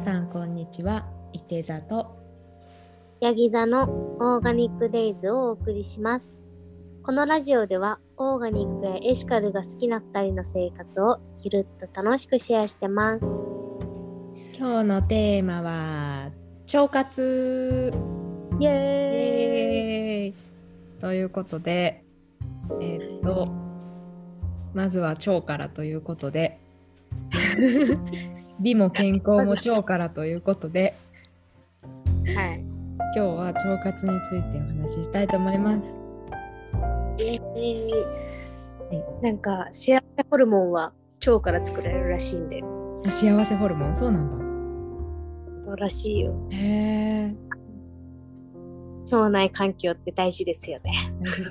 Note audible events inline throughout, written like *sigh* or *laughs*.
さんこんにちは。伊手座とヤギ座のオーガニックデイズをお送りします。このラジオではオーガニックやエシカルが好きな2人の生活をゆるっと楽しくシェアしてます。今日のテーマは腸活イイエーイエーイということで、えーっとまずは腸からということ *laughs* で美も健康も腸からということではい。今日は腸活についてお話ししたいと思います。イエーイなんか幸せホルモンは腸から作られるらしいんで。あ幸せホルモンそうなんそうらしいよ。だ。へえ。腸内環境って大事ですよね。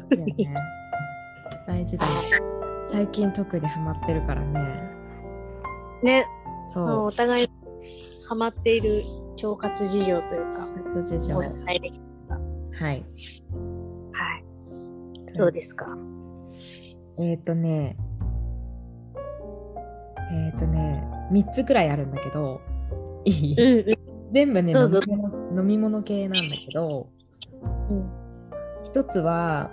大事だよね。大事だよ。最近特にハマってるからね。ね。そうそうお互いハマっている腸活事情というか、事情お伝えできはい。はい。どうですかえっ、ー、とね、えっ、ー、とね、3つくらいあるんだけど、いい、うんうん。全部ねどうぞ飲み物、飲み物系なんだけど、うん一つは、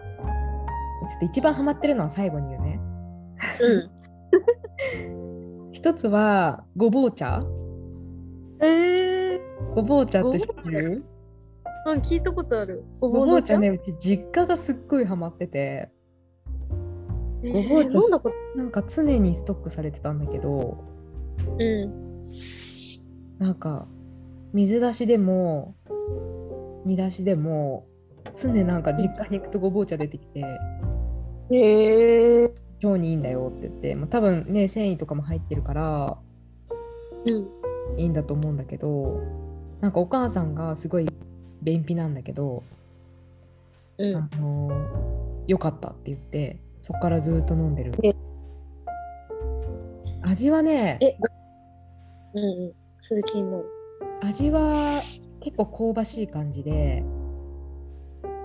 ちょっと一番ハマってるのは最後に言うね。うん。一つは、ごぼう茶ええごぼう茶って知ってるうん、聞いたことある。ごごぼう茶ね、うち実家がすっごいハマってて、えー。ごぼう茶飲んだこと。なんか常にストックされてたんだけど、うん。なんか水出しでも煮出しでも常になんか実家に行くとごぼう茶出てきてへえ。腸にいいんだよって言ってもう多分ね繊維とかも入ってるからうん。いいんだと思うんだけどなんかお母さんがすごい便秘なんだけど、うん。あのよかったって言ってそっからずっと飲んでるえ味はねえうんうん。それ気になる。味は結構香ばしい感じで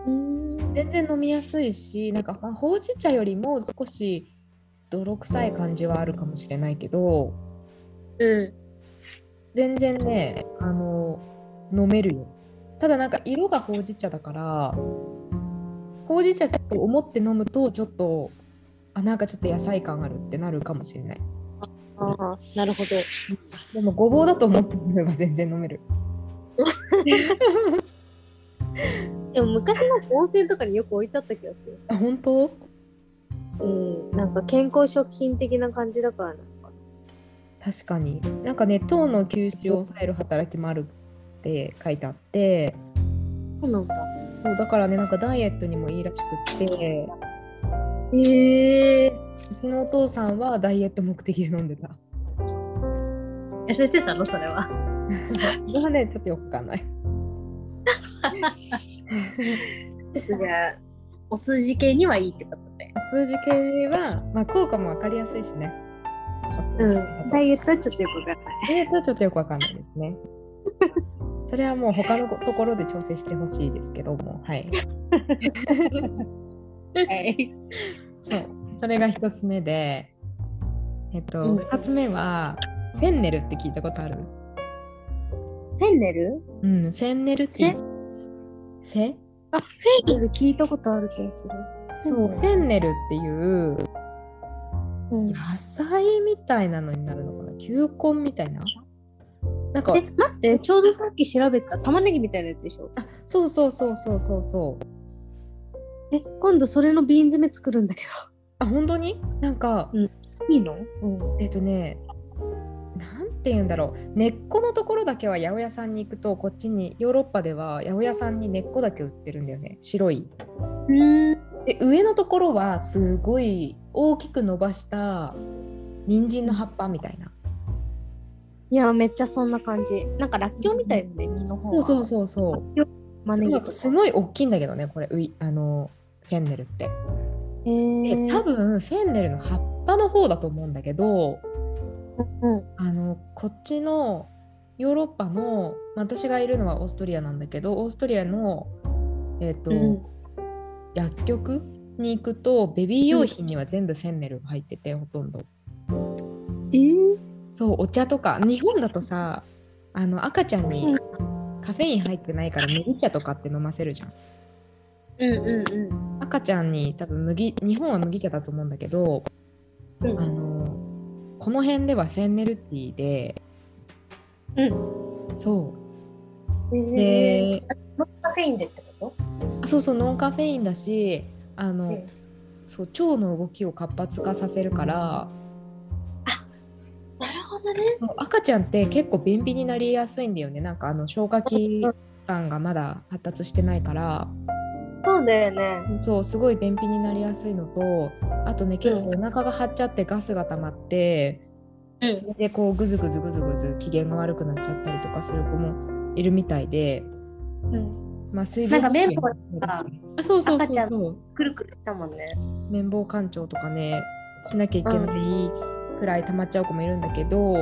うん。全然飲みやすいしなんかまあほうじ茶よりも少し泥臭い感じはあるかもしれないけどう全然ねあの飲めるよただなんか色がほうじ茶だからほうじ茶と思って飲むとちょっとあなんかちょっと野菜感あるってなるかもしれないん。ああ、なるほど。でもごぼうだと思って飲めば *laughs* 全然飲めるでも昔の温泉とかによく置いてあった気がする。あ本当うん。なんか健康食品的な感じだからな。確かになんかね糖の吸収を抑える働きもあるって書いてあってそうなんだ。そうだからねなんかダイエットにもいいらしくってへえ。うちのお父さんはダイエット目的で飲んでた痩せてたのそれは。それはねちょっとよくわかんない *laughs* ちょっとじゃあ、お通じ系にはいいってことね。お通じ系は、まあ、効果も分かりやすいしねうん。ダイエットはちょっとよくわかんない。ダイエットはちょっとよくわかんないですねそれはもう他のところで調整してほしいですけどもはいはい。そうそれが一つ目でえっと、うん二つ目はフェンネルって聞いたことあるフェンネルうんフェンネルティーフフェあ、フェンネル聞いたことある気がする。そうフェンネルっていううん、野菜みたいなのになるのかな球根みたいななんかえ、待って、ちょうどさっき調べた玉ねぎみたいなやつでしょ。あそうそうそうそうそうそうえ、今度それの瓶詰め作るんだけあ本当になんかう、んど。 *laughs* いいのうん。えっとねなんて言うんだろう根っこのところだけは八百屋さんに行くとこっちにヨーロッパでは八百屋さんに根っこだけ売ってるんだよね白いうん。で上のところはすごい大きく伸ばした人参の葉っぱみたいないや、めっちゃそんな感じ。なんからっきょうみたいだね、身の方そうは。そううそうそうマネギとか。すごい大きいんだけどねこれういあのフェンネルって。へでー多分フェンネルの葉っぱの方だと思うんだけどうん。あのこっちのヨーロッパのまあ私がいるのはオーストリアなんだけどオーストリアの、えーとうん薬局に行くとベビー用品には全部フェンネルが入ってて、ほとんどえーそうお茶とか日本だとさあの赤ちゃんうにカフェイン入ってないから麦茶とかって飲ませるじゃんうんうんうん。赤ちゃんに多分麦日本は麦茶だと思うんだけど、うんあのこの辺ではフェンネルティーで、そうえで、ノンカフェインでってこあそうそうノンカフェインだしあの、うんそう腸の動きを活発化させるからとなるほどね。そう赤ちゃんって結構便秘になりやすいんだよねなんかあの消化器官がまだ発達してないからそうだよね。そうすごい便秘になりやすいのとあとね結構お腹が張っちゃってガスが溜まって。うんそれでこうぐずぐずぐずぐず機嫌が悪くなっちゃったりとかする子もいるみたいで、うん。まあ、水な分補んか綿棒給もそうですねあそうそう赤ちそゃうんそうくるくるしたもんね。綿棒干潮とかねしなきゃいけないくらい溜まっちゃう子もいるんだけど、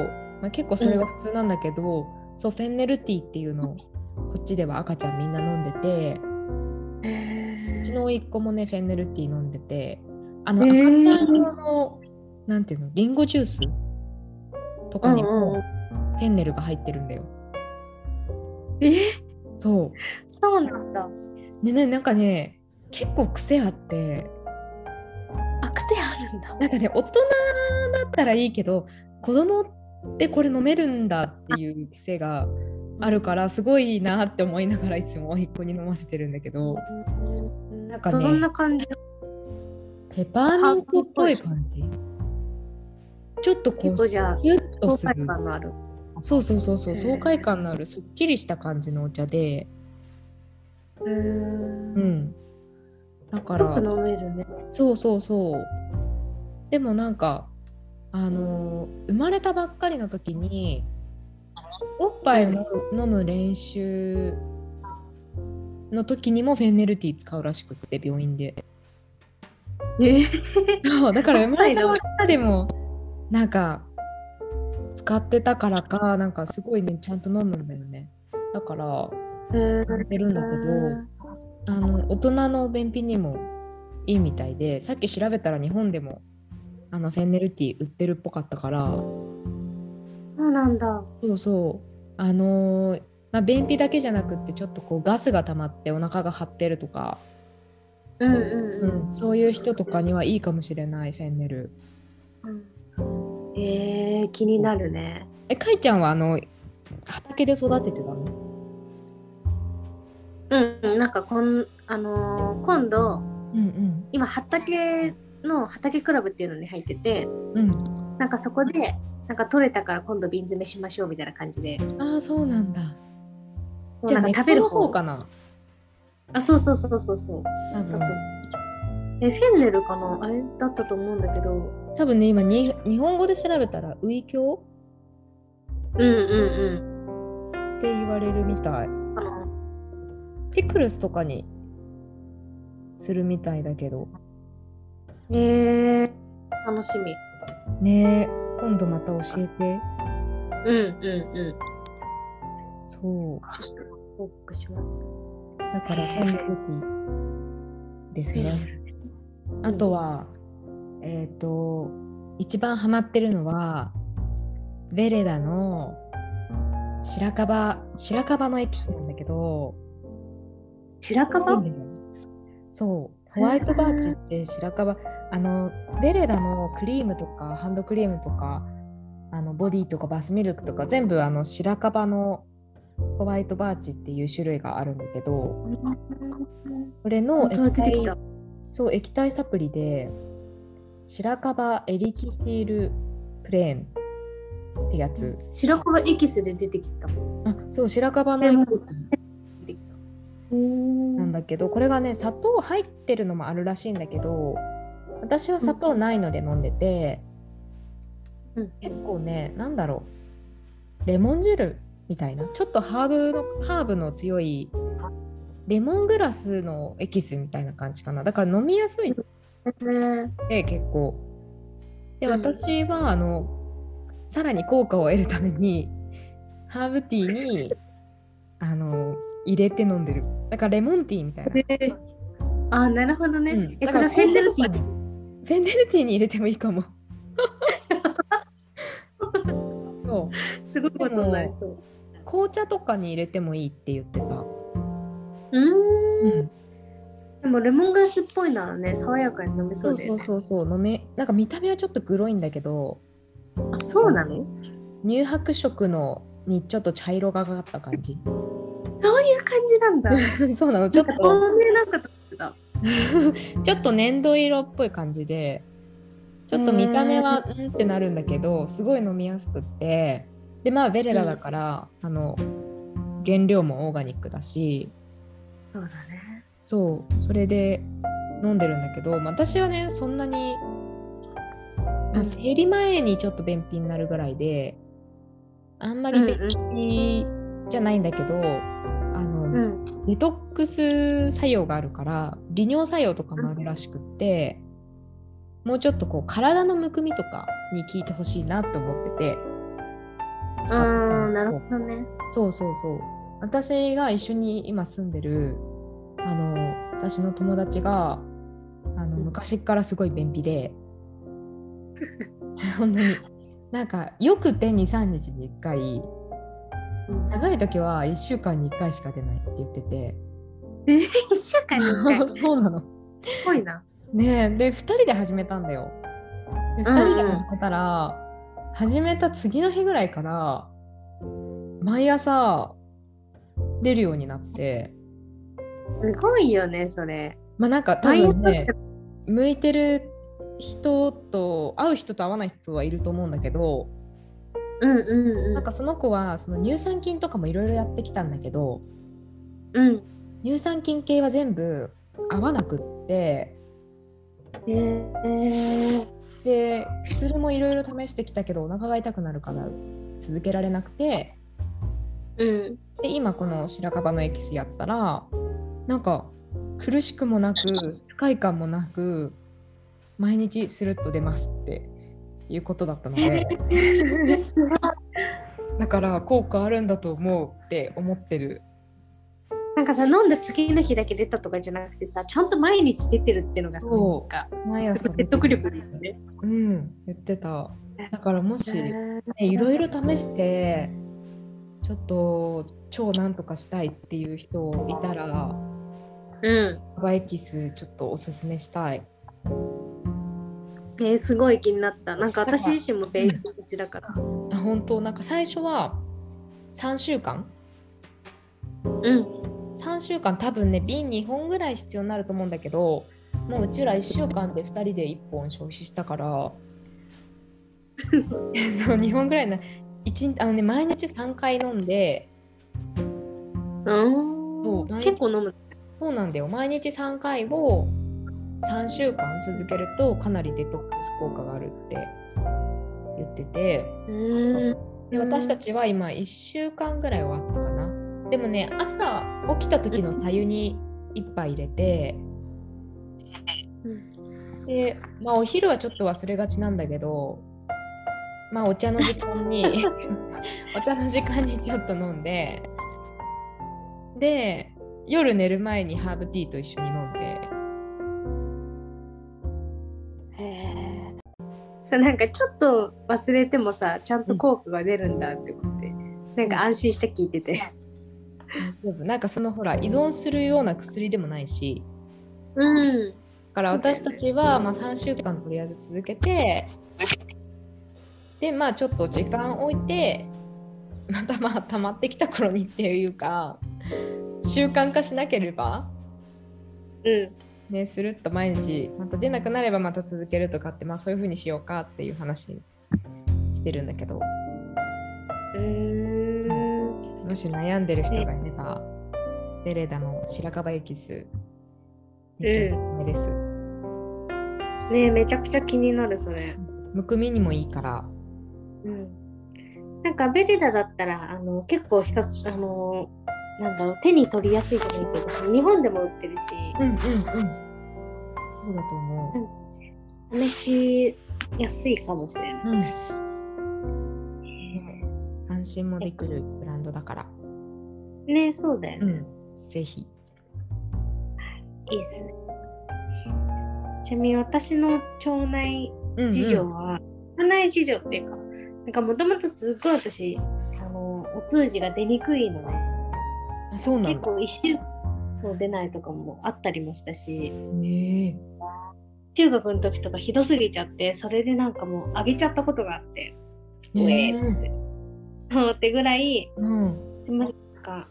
まあ、結構それが普通なんだけど、そうフェンネルティーっていうのをこっちでは赤ちゃんみんな飲んでて昨日一個もねフェンネルティー飲んでてあのへ赤ちーゃん用の、なんていうのリンゴジュースとかにも、フェンネルが入ってるんだよ。えそそうなんだ。う。ねねなんかね結構癖あってあ、癖あるんだ。なんかね大人だったらいいけど子供ってこれ飲めるんだっていう癖があるからすごいなって思いながらいつも一個に飲ませてるんだけどななんんかかね。ねどんな感じペパーミントっぽい感じ。ちょっとこ結う構キじゃあュッとす爽る快感のある。そうそうそうそうへー爽快感のあるすっきりした感じのお茶でうう。んんだかよらく飲めるね。そうそうそうでもなんかあのー生まれたばっかりの時におっぱいも飲む練習の時にもフェンネルティー使うらしくって病院でえそうだから生まれたばっかでもなんか使ってたからかなんかすごいねちゃんと飲むんだよねだから飲んでるんだけどあの大人の便秘にもいいみたいでさっき調べたら日本でもあのフェンネルティー売ってるっぽかったからそうなんだ。そうそうあのーまあ、便秘だけじゃなくってちょっとこうガスが溜まってお腹が張ってるとか、うんうんうんそういう人とかにはいいかもしれないフェンネルうん。えー、気になるね。えかいちゃんはあの畑で育ててたのうんうん、なんかこん、あのー今度、うん今畑の畑クラブっていうのに入ってて、うんうんなんかそこで、なんか取れたから今度瓶詰めしましょうみたいな感じで、ああそうなんだもうじゃなあん食か食べべるる方方かなあ、そうそうそうそうそう。多多分分え、フェンネルかなあれだったと思うんだけど。多分ね今に日本語で調べたら「ウイキョウ」うんうんって言われるみたいうん。あのピクルスとかにするみたいだけどえー、楽しみ。ねえ今度また教えてうんうんうん。そう報告します。だからそんな時ですねあとはえっ、と一番ハマってるのはベレダの白樺白樺のエキスなんだけど白樺そうホワイトバーチって白樺あのベレダのクリームとかハンドクリームとかあのボディとかバスミルクとか全部あの白樺のホワイトバーチっていう種類があるんだけどこれの本当だ出てきた。そう液体サプリで白樺エリキシールプレーンってやつ白樺エキスで出てきた。あそう白樺のでエもキス出てきた。なんだけどこれがね砂糖入ってるのもあるらしいんだけど私は砂糖ないので飲んでて、うん結構ねなんだろうレモン汁みたいなちょっとハーブのハーブの強いレモングラスのエキスみたいな感じかなだから飲みやすいね、で結構でうん私はあのさらに効果を得るためにハーブティーにあの入れて飲んでるだからレモンティーみたいな、あ、なるほどね。うんえ、だそかれらフェンネルフテェィンネルティーーにフェンネルティーに入れてもいいか *laughs* もそうすごいことになりそう。紅茶とかに入れてもいいって言ってた。うーん。でもレモングラスっぽいならね、爽やかに飲めそそううだよね。そうそうそう飲めなんか見た目はちょっとグロいんだけどあ、そうなの乳白色のにちょっと茶色がかかった感じ *laughs* そういう感じなんだ。そうなのちょっ透と明なんかと思ってた。ちょっと粘土色っぽい感じでちょっと見た目はうんってなるんだけどすごい飲みやすくってでまあベレラだから、あの原料もオーガニックだしそうだね。そうそれで飲んでるんだけど、まあ私はねそんなに、まうあ、ん生理前にちょっと便秘になるぐらいであんまり便秘じゃないんだけど、あの、うん。デトックス作用があるから利尿作用とかもあるらしくって、もうちょっとこう体のむくみとかに効いてほしいなって思っててうーん、なるほどね。そうそうそう私が一緒に今住んでるあの私の友達があのうん昔からすごい便秘 *laughs* で本当になんかよくて23日に1回うん長い時は1週間に1回しか出ないって言っててえ、一週間に一回。す *laughs* そうなのごいな。ねえで2人で始めたんだよ。で2人で始めたら、始めた次の日ぐらいから毎朝出るようになって *laughs* すごいよね、それ。まあなんか多分ね向いてる人と会う人と会わない人はいると思うんだけどうんうんうん。なんかその子はその乳酸菌とかもいろいろやってきたんだけどうん。乳酸菌系は全部合わなくって。えー、で薬もいろいろ試してきたけどお腹が痛くなるから続けられなくてうん。で今この白樺のエキスやったらなんか苦しくもなく不快感もなく毎日スルッと出ますっていうことだったのでだから効果あるんだと思うって思ってる *laughs* なんかさ飲んだ次の日だけ出たとかじゃなくてさちゃんと毎日出てるっていうのがさそうなんか毎朝説得力ですね。うん言ってただからもし、えね、いろいろ試してちょっと腸なんとかしたいっていう人いたらーカバエキスちょっとおすすめしたいうん、えーすごい気になったなんか私自身も勉強口だからあ本当なんか最初は3週間うん3週間多分ね瓶2本ぐらい必要になると思うんだけどもううちら1週間で2人で1本消費したからそう2本ぐらいな一日あのね毎日3回飲んでうんそう結構飲むそうなんだよ毎日3回を3週間続けるとかなりデトックス効果があるって言っててうんでうん私たちは今1週間ぐらい終わったかなでもね朝起きた時の茶湯に1杯入れてうで、まあ、お昼はちょっと忘れがちなんだけどまあお茶の時間に *laughs* お茶の時間にちょっと飲んでで夜寝る前にハーブティーと一緒に飲んでへえそうなんかちょっと忘れてもさちゃんと効果が出るんだってことで、なんか安心して聞いててでもなんかそのほら依存するような薬でもないしうんだからそうだよね私たちはまあ3週間とりあえず続けてでまあちょっと時間置いてまたまあ溜まってきた頃にっていうか習慣化しなければうんねするっと毎日また出なくなればまた続けるとかってまあそういう風にしようかっていう話してるんだけどうんもし悩んでる人がいればベレダの白樺エキスめっちゃおすすめです、ねえめちゃくちゃ気になるそれむくみにもいいからうん、なんかベレダだったらあの結構比較あのなんだろう手に取りやすいじゃないけどその日本でも売ってるしうんうんうん。そうだと思う。試しやすいかもしれない。うん。安心もできるブランドだから。ねそうだよね、ん。ぜひ。いいですね。ちなみに私の腸内うん事情は、腸内事情っていうかなんかもともとすっごい私あの数字が出にくいのね。あそうなん結だ。構1週そう出ないとかもあったりもしたし、ええ中学の時とかひどすぎちゃって、それでなんかもうあげちゃったことがあって、うえーっつって。そうってぐらい、うん。でもなんか、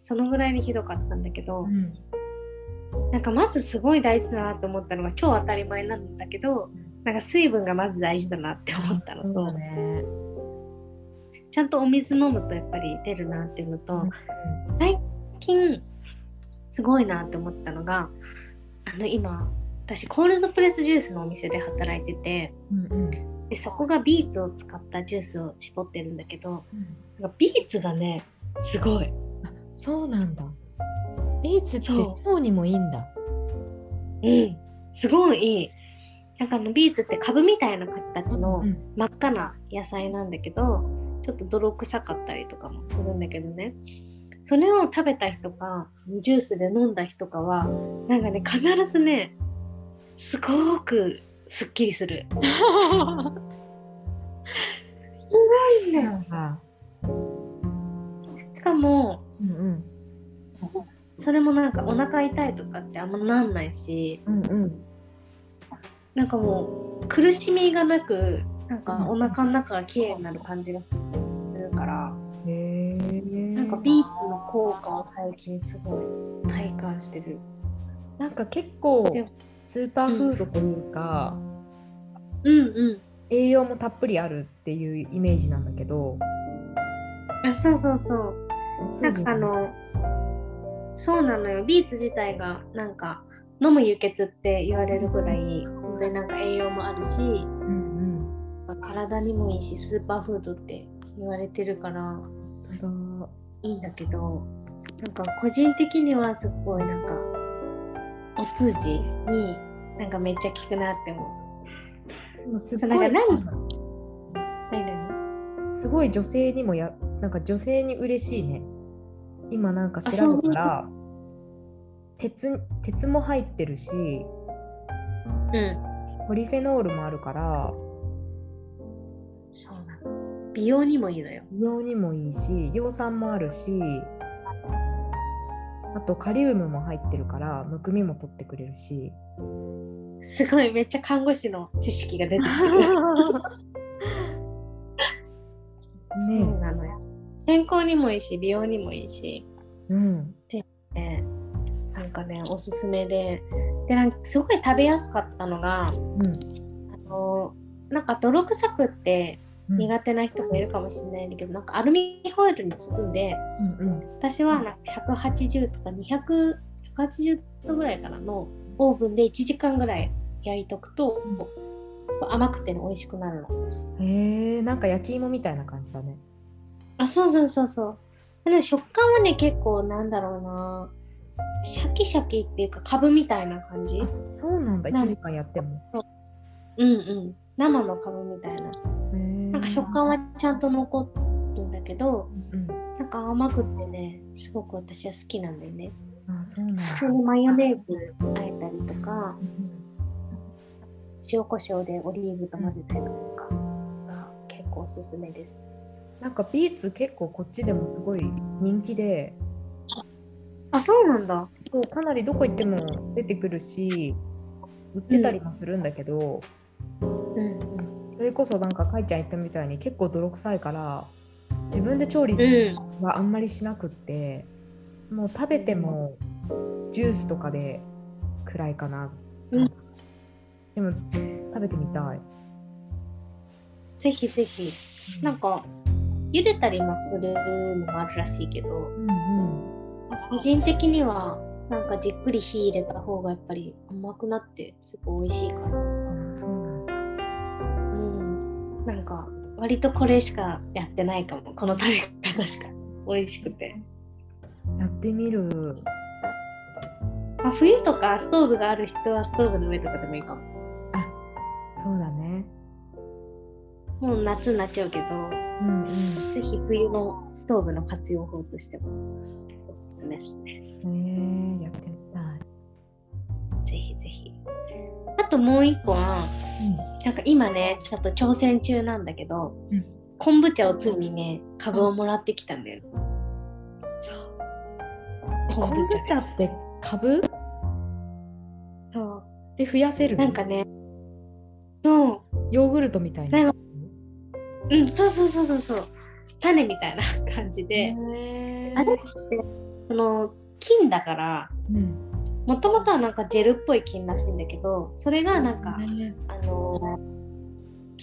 そのぐらいにひどかったんだけどう、ん。なんかまずすごい大事だなと思ったのが超当たり前なんだけどなんか水分がまず大事だなって思ったのそうと、だね。ちゃんとお水飲むとやっぱり出るなっていうのと、うん最近すごいなって思ったのがあの今私コールドプレスジュースのお店で働いててうんうん。でそこがビーツを使ったジュースを絞ってるんだけどうんなんかビーツがねすごいあそうなんだ。ビーツってそう腸にもいいんだ。うんすごいいいなんかあのビーツって株みたいな形の、うん真っ赤な野菜なんだけどちょっと泥臭かったりとかもするんだけどねそれを食べた人かジュースで飲んだ人かはなんかね必ずねすごくすっきりするそうなんだ。しかもうんうんそれもなんかお腹痛いとかってあんまなんないしうんうん。なんかもう苦しみがなくなんかお腹の中が綺麗になる感じがするからへえ。なんかビーツの効果を最近すごい体感してる。なんか結構でもスーパーフードというか、うんうん栄養もたっぷりあるっていうイメージなんだけど。あそうそうそうそうなんじゃかいあのそうなのよビーツ自体がなんか飲む輸血って言われるぐらい本当になんか栄養もあるしうん体にもいいしスーパーフードって言われてるからうん。そう。いいんだけどなんか個人的にはすごいなんかお通じになんかめっちゃ効くなって思でもすう。そごうなんかい何何何すごい女性にもやなんか女性に嬉しいね。今なんか調べたら鉄鉄も入ってるしうんポリフェノールもあるからそうなの美容にもいいのよ。美容にもいいし葉酸もあるしあとカリウムも入ってるからむくみも取ってくれる *laughs* しすごいめっちゃ看護師の知識が出てきてる。ねそうなのよ。健康にもいいし美容にもいいし、うんね、なんかねおすすめででなんかすごい食べやすかったのがあのなんか泥臭くってうん苦手な人もいるかもしれないんだけど、なんかアルミホイルに包んでうんうん私はなんか180とか200 180度ぐらいからのオーブンで1時間ぐらい焼いとくと、うんすごい甘くて、ね、美味しくなるの。へえなんか焼き芋みたいな感じだねあそうそうそうそうでね食感はね結構なんだろうなシャキシャキっていうかカブみたいな感じあそうなんだなん1時間やってもうんうん生のカブみたいなななんか食感はちゃんと残るんだけどうんなんか甘くってねすごく私は好きなんだよねあそうなんだ普通にマヨネーズあえたりとかうん塩コショウでオリーブと混ぜたりとかが結構おすすめですなんかビーツ結構こっちでもすごい人気であそうなんだそうかなりどこ行っても出てくるし売ってたりもするんだけど、うんうんそれこそなんかかいちゃん言ったみたいに結構泥臭いから自分で調理すはあんまりしなくって、もう食べてもジュースとかでくらいかな、うんでも食べてみたいぜひぜひなんか茹でたりもするのもあるらしいけどうんうん個人的にはなんかじっくり火入れた方がやっぱり甘くなってすごい美味しいからあそうなんだうんなんか割とこれしかやってないかもこの食べ方しか美味しくて、やってみるまあ、冬とかストーブがある人はストーブの上とかでもいいかもそうだねもう夏になっちゃうけうんうんどぜひ冬のストーブの活用法としてもおすすめですねねえやってみた、ぜひぜひあともう一個はいなんか今ねちょっと挑戦中なんだけど、うん昆布茶をつにね、株をもらってきたんだよ。そう。昆布茶ですって株そう。で増やせるなんかね、そヨーグルトみたいななんう、うん、そうそうそうそうそう。種みたいな *laughs* 感じで。へーあれってその菌だからうんもともとはなんかジェルっぽい菌らしいんだけどそれがなんか、あの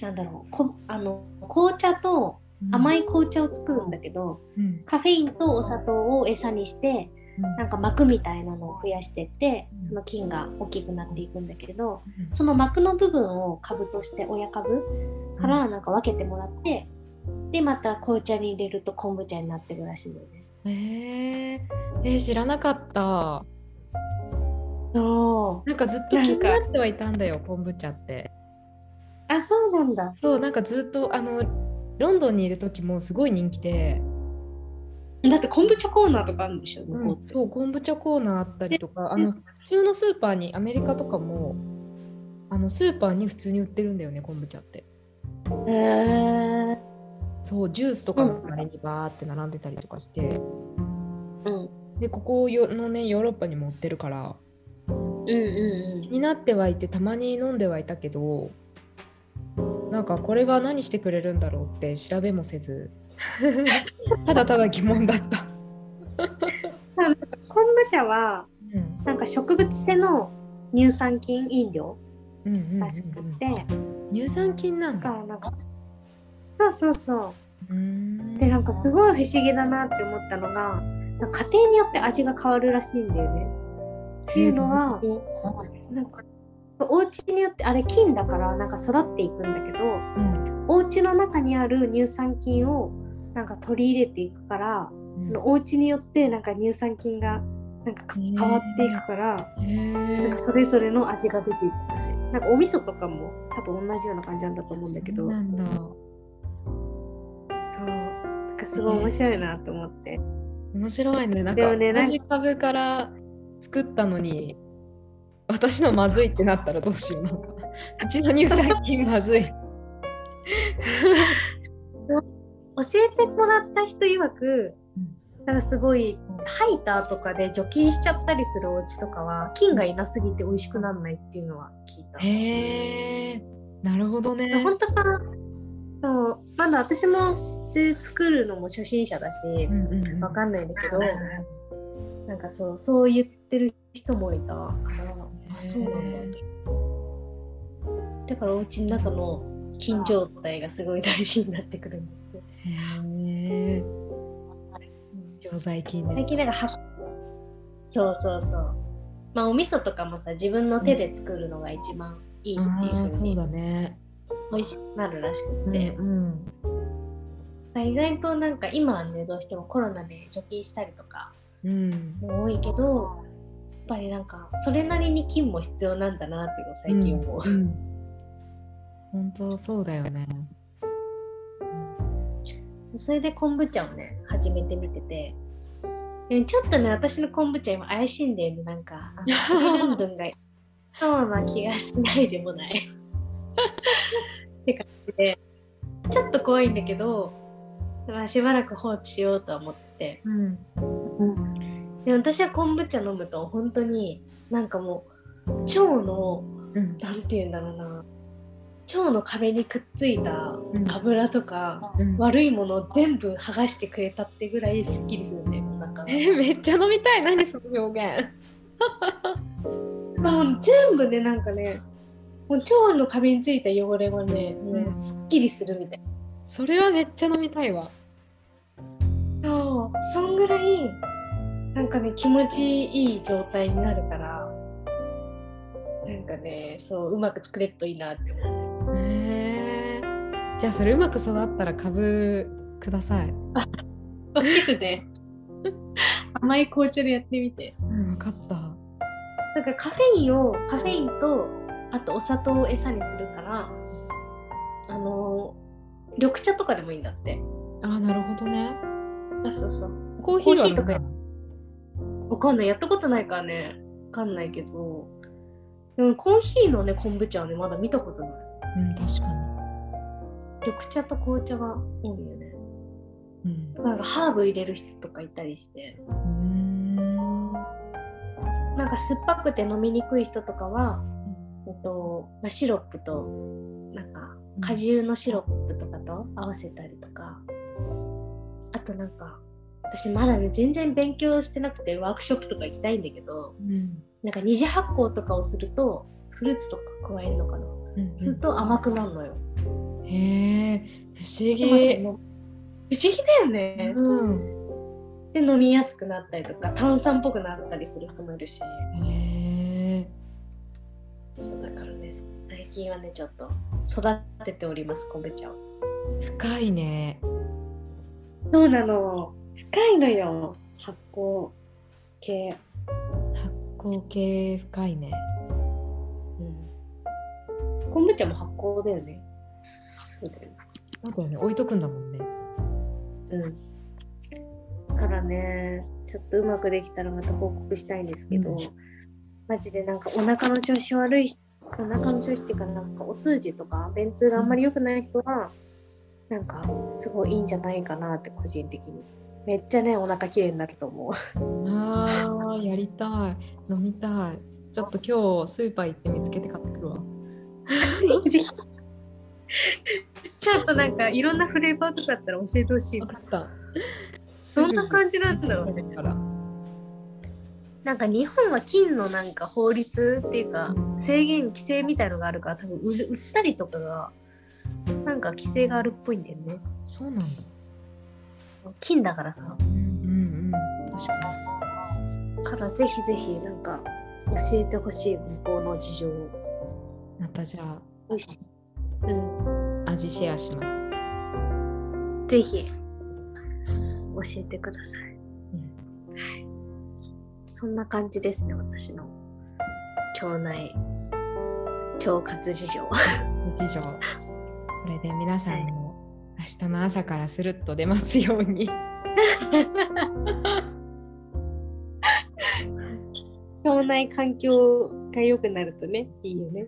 なんだろうこあの紅茶と甘い、い紅茶を作るんだけどうんカフェインとお砂糖を餌にしてうんなんか膜みたいなのを増やしてってうんその菌が大きくなっていくんだけどその膜の部分を株として親株かうらなんか分けてもらってでまた紅茶に入れると昆布茶になってるらしいんだよんね。へーえー知らなかったそうなんかずっと気なんかになってはいたんだよ昆布茶ってあそうなんだ。そうなんかずっとあのロンドンにいる時もすごい人気で、だって昆布茶コーナーとかあるんでしょ、向こうってそう昆布茶コーナーあったりとかあの普通のスーパーにアメリカとかもあのスーパーに普通に売ってるんだよね昆布茶ってへえそうジュースとかの隣にバーって並んでたりとかして、うんでここよのねヨーロッパにも売ってるからうんうん気になってはいてたまに飲んではいたけどなんかこれが何してくれるんだろうって調べもせ *laughs* ずただただ疑問だった、昆布茶はなんか植物性の乳酸菌飲料うん、うんうんうんらしくて、乳酸菌なんだかだらなんかそうそうそうーんうでなんかすごい不思議だなって思ったのがなんか家庭によって味が変わるらしいんだよねっていうのはえーなんかお家によってあれ菌だからなんか育っていくんだけどうんお家の中にある乳酸菌をなんか取り入れていくからそのお家によってなんか乳酸菌がなんかかへ変ーわっていくから、へなんーかそれぞれの味が出ていくんですよなんかお味噌とかも多分同じような感じなんだと思うんだけどそうそうなんだなんかすごい面白いなと思って、面白いねなんでかもねなん同じ株から作ったのに私のまずいってなったらどうしようなんかうちの乳酸菌まずい教えてもらった人曰くうんなんかすごいハイターとかで除菌しちゃったりするお家とかは菌がいなすぎて美味しくならないっていうのは聞いた。へえなるほどねいや本当かそうまだ私もで作るのも初心者だしうんうんうんわかんないんだけどなんかそうそう言ってる人もいたからあそうなんだだからお家の中の菌状態がすごい大事になってくるんだってへえ常在菌で最す近なんか発そうそうそうまあお味噌とかもさ自分の手で作るのが一番いいっていああうふうそうにだね美味しくなるらしくうんて、うん意外となんか今はねどうしてもコロナで除菌したりとかうんも多いけどやっぱりなんかそれなりに菌も必要なんだなっていうのを最近思う、うんうん本当そうだよねそれで昆布茶をね始めてみててえちょっとね私の昆布茶今怪しいんだよねなんかあの水分分がそうな気がしないでもないって感じでちょっと怖いんだけど、まあ、しばらく放置しようとは思ってうんで私は昆布茶飲むと本当になんかもう腸のうんなんて言うんだろうな腸の壁にくっついたうん油とか、うん悪いものを全部剥がしてくれたってぐらいすっきりするんだよなんか *laughs* えーめっちゃ飲みたい何その表現まあ全部ねなんかねもう腸の壁についた汚れはねもうすっきりするみたいそれはめっちゃ飲みたいわなそうそんぐらいなんかね気持ちいい状態になるからなんかねそううまく作れるといいなって思ってへえじゃあそれうまく育ったら株ください分ける *laughs* ね甘い紅茶でやってみてうん分かったなんかカフェインをカフェインとあとお砂糖を餌にするからあのー緑茶とかでもいいんだってあーなるほどねあそうそうコーヒーはコーヒーとかわかんないやったことないからねわかんないけどでもコーヒーのね昆布茶はねまだ見たことないうん確かに緑茶と紅茶が多いよねうんなんかハーブ入れる人とかいたりしてうんなんか酸っぱくて飲みにくい人とかは、えっとまあ、シロップとなんか果汁のシロップとかと合わせたりとかあとなんか私まだね全然勉強してなくてワークショップとか行きたいんだけどうんなんか二次発酵とかをするとフルーツとか加えるのかなうんすると甘くなるのよ。へえ不思ちょっと待って議もう不思議だよね。うんで飲みやすくなったりとか炭酸っぽくなったりする人もいるしへえそうだからね最近はねちょっと育てております昆布茶を深いねそうなの深いのよ発酵系、発酵系深いねうん、昆布茶も発酵だよねそうだよねそうだよね置いとくんだもんねうんだからねちょっとうまくできたらまた報告したいんですけど、うんマジでなんかお腹の調子悪い人お腹の調子っていうかなんかお通じとか便通があんまり良くない人はなんかすごいいいんじゃないかなって個人的にめっちゃねお腹綺麗になる *laughs* と思うあーやりたい飲みたいちょっと今日スーパー行って見つけて買ってくるわちょっとなんかいろんなフレーバーとかあったら教えてほしい分かったどんな感じなんだろうねからなんか日本は金のなんか法律っていうか制限規制みたいのがあるから多分売売ったりとかがなんか規制があるっぽいんだよねそうなんだ金だからさうんうん確かにからぜひぜひなんか教えてほしい向こうの事情をまたじゃうあ味シェアしますんぜひ教えてください、はいそんな感じですね私の腸内腸活事情日常これで皆さんも明日の朝からスルッと出ますように腸内環境が良くなるとねいいよね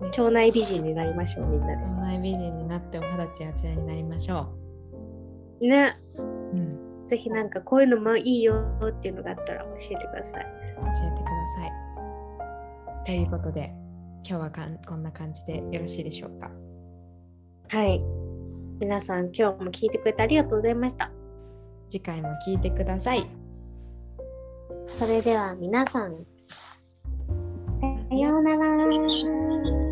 腸内美人になりましょうみんな腸内美人になってお肌ツヤツヤになりましょでねう、うん、教ぜひなんかこういうのもいいよっていうのがあったら教えてくださいえてくださいということで今日はかんこんな感じでよろしいでしょうかはい皆さん今日も聞いてくれてありがとうございました次回も聞いてくださいそれでは皆さん、さようなら。